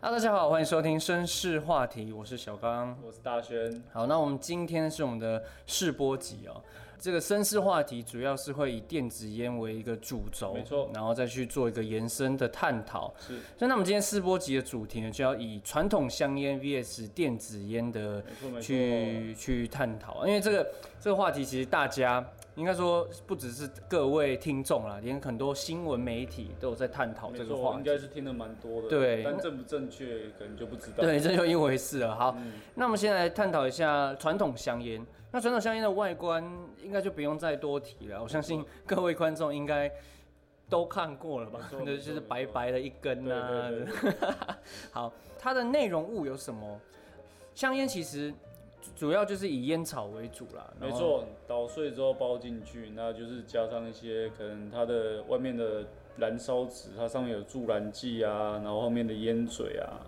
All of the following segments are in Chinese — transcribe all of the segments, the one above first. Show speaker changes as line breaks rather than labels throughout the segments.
Hello，大家好，欢迎收听绅士话题，我是小刚。
我是大轩，
好，那我们今天是我们的试播集哦。这个绅士话题主要是会以电子烟为一个主轴，
没错
然后再去做一个延伸的探讨。
是
所以，那我们今天试播集的主题呢，就要以传统香烟 VS 电子烟的
没错没错
去去探讨，因为这个这个话题其实大家应该说不只是各位听众啦，连很多新闻媒体都有在探讨
没
这个
错，
话
应
题。
该是听的蛮多的，
对
但正不正确可能就不知道。嗯
对，这就一回事了。好，那我们先来探讨一下传统香烟。那传统香烟的外观应该就不用再多提了，我相信各位观众应该都看过了吧
没？错
那
没
就
错
是白白的一根啊
对对。
好，它的内容物有什么？香烟其实主主要就是以烟草为主啦。然
没
后，
错，捣碎之后包进去，那就是加上一些可能它的外面的燃烧纸，它上面有助燃剂啊，然后后面的烟嘴啊，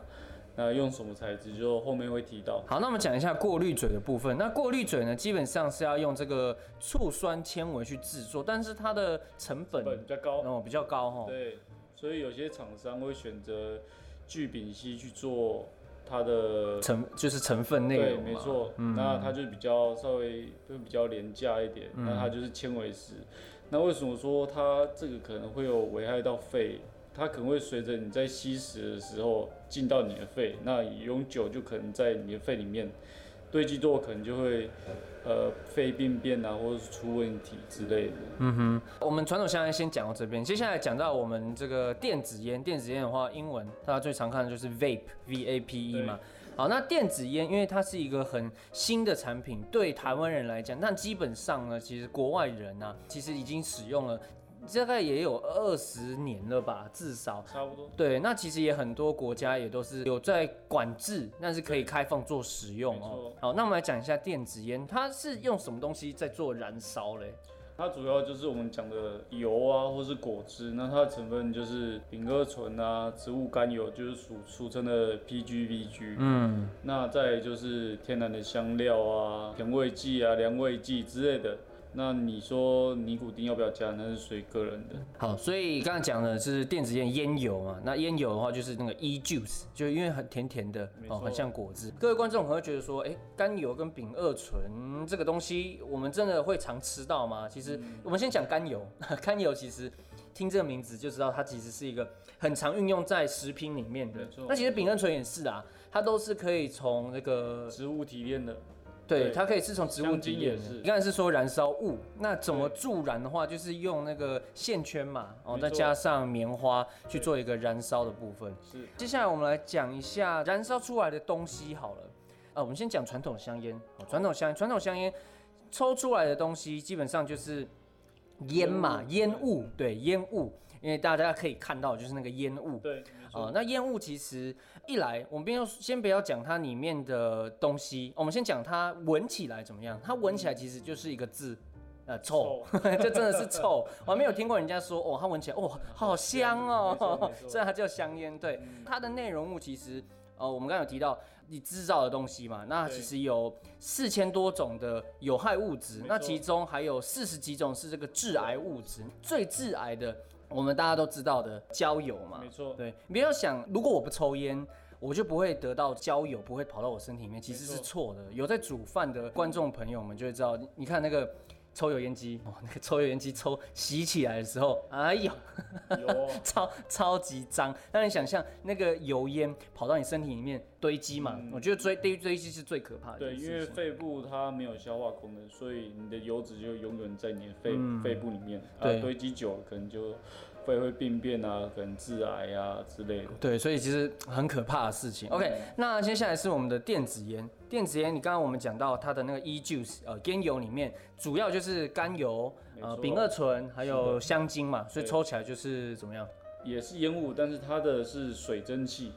那用什么材质就后面会提到。
好，那我们讲一下过滤嘴的部分。那过滤嘴呢，基本上是要用这个醋酸纤维去制作，但是它的成本
本比较高，
哦比较高哈。
对，所以有些厂商会选择聚丙烯去做它的
成就是成分内
对，
容嘛嗯
没错，那它就比较稍微就比较廉价一
嗯
点，那它就是纤维式。那为什么说它这个可能会有危害到肺？它可能会随着你在吸食的时候进到你的肺，那永久就可能在你的肺里面堆积多，可能就会呃肺病变啊，或者是出问题之类的。
嗯我们传统香烟先讲到这边，接下来讲到我们这个电子烟。电子烟的话，英文大家最常看的就是 vape v a p e
对
嘛。好，那电子烟因为它是一个很新的产品，对台湾人来讲，但基本上呢，其实国外人啊，其实已经使用了大概也有二十年了吧，至少。
差不多，
对，那其实也很多国家也都是有在管制，但是可以开放做使用哦
没错。
好，那我们来讲一下电子烟，它是用什么东西在做燃烧嘞？
它主要就是我们讲的油啊，或是果汁，那它的成分就是丙二醇啊、植物甘油，就是俗俗称的 PGVG。
嗯，
那再来就是天然的香料啊、甜味剂啊、凉味剂之类的。那你说尼古丁要不要加？那是随个人的。
好，所以刚才讲的是电子烟烟油嘛，那烟油的话就是那个 e juice，就因为很甜甜的
没
哦，
错
很像果汁。各位观众可能会觉得说，哎、甘油跟丙二醇这个东西，我们真的会常吃到吗？其实、
嗯
我们先讲甘油， 甘油其实听这个名字就知道它其实是一个很常运用在食品里面的
没错。
那其实丙二醇也是啊，它都是可以从那个
植物提炼的，
对，
对
它可以是从植物
香精
提炼的
也是
你刚才是说燃烧物，那怎么助燃的话，就是用那个线圈嘛，哦，
没
再
错
加上棉花去做一个燃烧的部分。
是
接下来我们来讲一下燃烧出来的东西好了。啊，我们先讲传统香烟。哦传统香传统香烟抽出来的东西基本上就是烟嘛，
烟
烟
雾
雾，对，烟雾。因为大家可以看到就是那个烟雾，
对，
啊、那烟雾其实一来，我们不要先不要讲它里面的东西，我们先讲它闻起来怎么样。它闻起来其实就是一个字，呃，臭， 就真的是臭。我还没有听过人家说，哦，它闻起来，哦，好香
没错
哦
没。错 嗯
虽然它叫香烟，对，它的内容物其实。呃，我们刚刚有提到你制造的东西嘛，那
对
其实有四千多种的有害物质，
没
那
错
其中还有四十几种是这个致癌物质，最致癌的我们大家都知道的焦油嘛，
没错
对，你不要想，如果我不抽烟，我就不会得到焦油，不会跑到我身体里面，其实是
没错
错的。有在煮饭的观众朋友们就会知道，你你看那个抽油烟机， 哦，那个抽油烟机抽洗起来的时候，哎呦，
有哦
超超级脏。那你想象那个油烟跑到你身体里面堆积嘛？我觉得堆堆堆啊积是最可怕的。
嗯啊对，因为肺部它没有消化功能，所以你的油脂就永远在你的肺、肺部里面，啊
嗯对，
堆积久了可能就肺会病变啊，可能致癌啊之类的。
对，所以其实很可怕的事情。OK，那嗯接下来是我们的电子烟。电子烟，你刚刚我们讲到它的那个 e juice，呃，烟油里面主要就是甘油、呃
没错
丙二醇还有香精嘛，所以
对
抽起来就是怎么样？
也是烟雾，但是它的是水蒸气，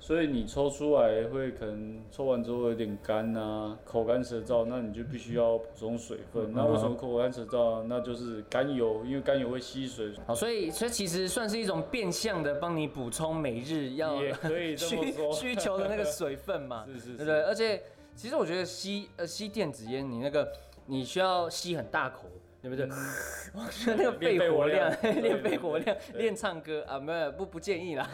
所以你抽出来会可能抽完之后有点干啊，口干舌燥，那你就必须要补充水分。
嗯
那为什么口干舌燥啊？那就是甘油，因为甘油会吸水，
好，所以所以其实算是一种变相的帮你补充每日要
也可以这么
需
说。
需求的那个水分嘛，
是是
对
是
不对？而且其实我觉得吸呃吸电子烟，你那个你需要吸很大口，对 不对？我觉得那个肺活量， 练肺活量，练唱歌啊，没有不不建 议啦。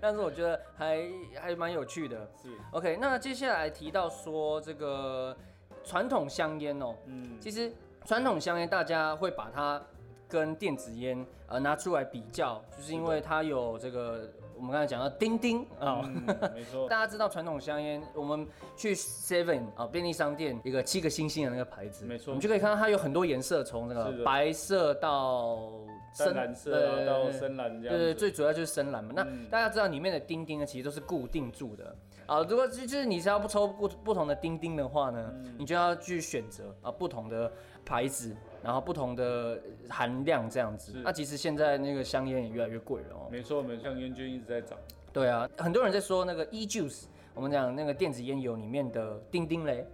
但是我觉得还还蛮有趣的。
是
OK，那接下来提到说这个传统香烟哦、
嗯
其实传统香烟大家会把它跟电子烟呃拿出来比较，就是因为它有这个我们刚才讲到钉钉啊。
嗯，没 错，
大家知道传统香烟，我们去 Seven 啊便利商店一个七个星星的那个牌子，
没错
我们就可以看到它有很多颜色，从那
是
个
的
白色到
淡蓝色啊
对
到深蓝这
对
样
对，
子，
最主要就是深蓝嘛。那
嗯
大家知道里面的钉钉呢，其实都是固定住的啊。如果就就是你是要不抽不不同的钉钉的话呢，
嗯
你就要去选择啊不同的牌子，然后不同的含量这样子
是。
那、其实现在那个香烟也越来越贵了哦。
没错，我们像烟圈一直在涨，
对啊，很多人在说那个 e juice，我们讲那个电子烟油里面的钉钉嘞，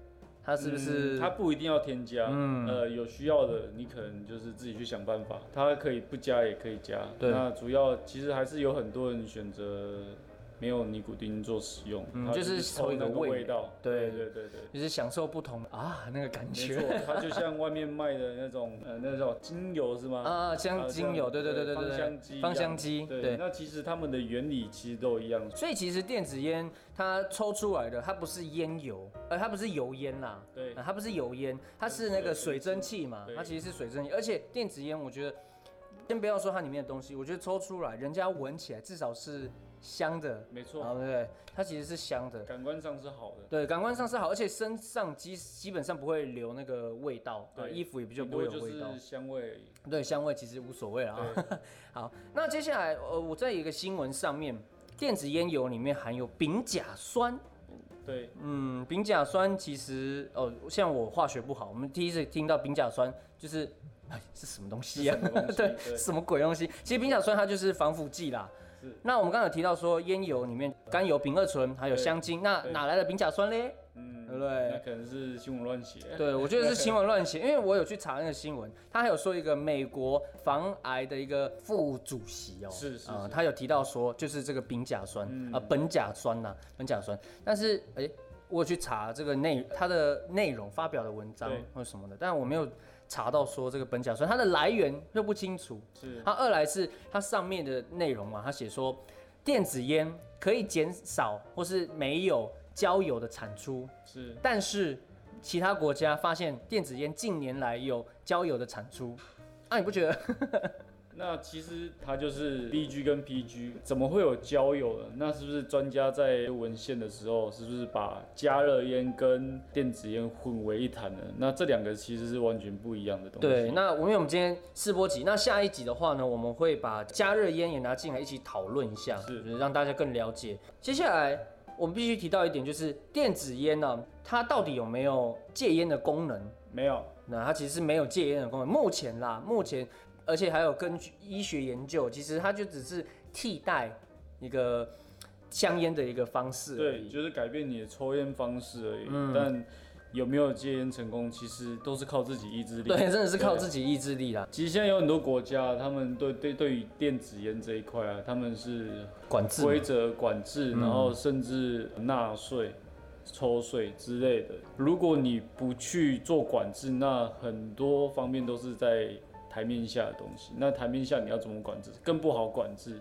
它是不是？嗯
嗯它不一定要添加，呃，有需要的你可能就是自己去想办法，它可以不加也可以加。
对
那主要其实还是有很多人选择没有尼古丁做使用，
嗯
它
就是是抽
抽
一
那
个味
味道。
对
对对对。
就是享受不同啊那个感
没
觉
错，它就像外面卖的那种，呃，那种精油是吗？
啊，
啊
香精
像
油，对对对对对
芳
对，
香剂，
芳香剂，
对，那其实它们的原理其实都一样，
所以其实电子烟它抽出来的，它不是烟油，呃，它不是油烟啦，
对
呃，它不是油烟，它是那个水蒸气嘛，
对
它其实是水蒸气。而且电子烟，我觉得先不要说它里面的东西，我觉得抽出来，人家闻起来至少是香的，
没错，
啊，对不对？它其实是香的，
感官上是好的，
对，感官上是好，而且身上基基本上不会留那个味道，
对
呃衣服也比较
顶
不会
多
有
就
味道
是，香味而已。
对，香味其实无所谓了啊。
对，
好，那接下来呃，我在一个新闻上面，电子烟油里面含有丙甲酸。
对，
嗯，丙甲酸其实哦，像我化学不好，我们第一次听到丙甲酸就是，哎，是什么东
是
西呀、
什 么东西？对，
什么鬼东西？其实丙甲酸它就是防腐剂啦。
是。
那我们刚刚有提到说烟油里面甘油、丙二醇还有
对
香精，那
对
哪来的丙甲酸嘞？
嗯，
对不对
那可能是新闻乱写。
对，我觉得是新闻乱写，因为我有去查那个新闻，他还有说一个美国防癌的一个副主席哦，
是是
呃
是
他有提到说就是这个丙甲酸啊、
嗯
呃苯甲酸呐、苯甲酸，但是哎、我有去查这个内它的内容发表的文章
对
或什么的，但我没有查到说这个苯甲酸它的来源又不清楚，
是，
它二来是它上面的内容嘛，它写说电子烟可以减少或是没有焦油的产出，
是
但是其他国家发现电子烟近年来有焦油的产出，啊，你不觉得？
那其实它就是 BG 跟 PG，怎么会有焦油呢？那是不是专家在文献的时候，是不是把加热烟跟电子烟混为一谈呢？那这两个其实是完全不一样的东西。
对，那我们因为我们今天试播集，那下一集的话呢，我们会把加热烟也拿进来一起讨论一下，
是
就是让大家更了解。接下来我们必须提到一点，就是电子烟呢、它到底有没有戒烟的功能？
没有，
那它其实是没有戒烟的功能。目前啦，目前，而且还有根据医学研究，其实它就只是替代一个香烟的一个方式而
对，
已。
就是改变你的抽烟方式而已。
嗯
但有没有戒烟成功，其实都是靠自己意志力。
对，真的是靠自己意志力啦，
其实现在有很多国家，他们对对对于电子烟这一块啊，他们是
管制嘛。嗯
规则管制，然后甚至纳税、抽税之类的。如果你不去做管制，那很多方面都是在台面下的东西。那台面下你要怎么管制？更不好管制。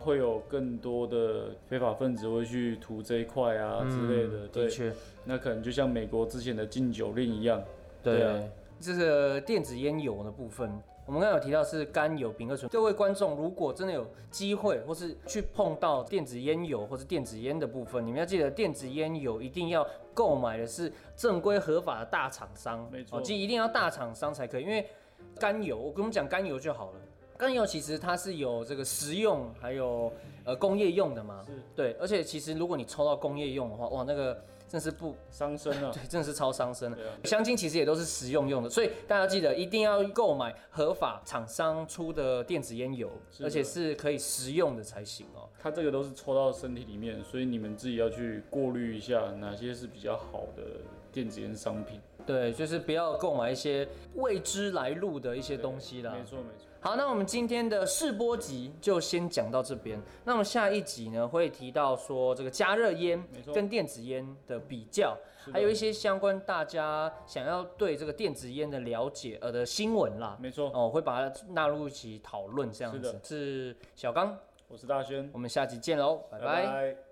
会有更多的非法分子会去图这一块啊之类的，
嗯的
对，
确，
那可能就像美国之前的禁酒令一样，对啊
对，这个电子烟油的部分。我们刚刚有提到是甘油丙二醇，各位观众如果真的有机会或是去碰到电子烟油或是电子烟的部分，你们要记得电子烟油一定要购买的是正规合法的大厂商，
没错
哦，记一定要大厂商才可以，因为甘油，我跟我们讲甘油就好了。甘油其实它是有这个食用还有呃工业用的嘛，
是
对，而且其实如果你抽到工业用的话，哇，那个真是不
伤身啊，
对，真的是超伤身的。
对啊，
香精其实也都是食用用的，所以大家记得一定要购买合法厂商出的电子烟油，
是的
而且是可以食用的才行哦。
它这个都是抽到身体里面，所以你们自己要去过滤一下哪些是比较好的电子烟商品。
对，就是不要购买一些未知来路的一些东西啦
没。错没错，
好，那我们今天的试播集就先讲到这边。那我们下一集呢会提到说这个加热烟
没错
跟电子烟的比较，
是的
还有一些相关大家想要对这个电子烟的了解呃的新闻啦，
没错，
哦，会把它纳入一起讨论这样
是
子。是小刚，
我是大轩，
我们下集见喽，拜拜
拜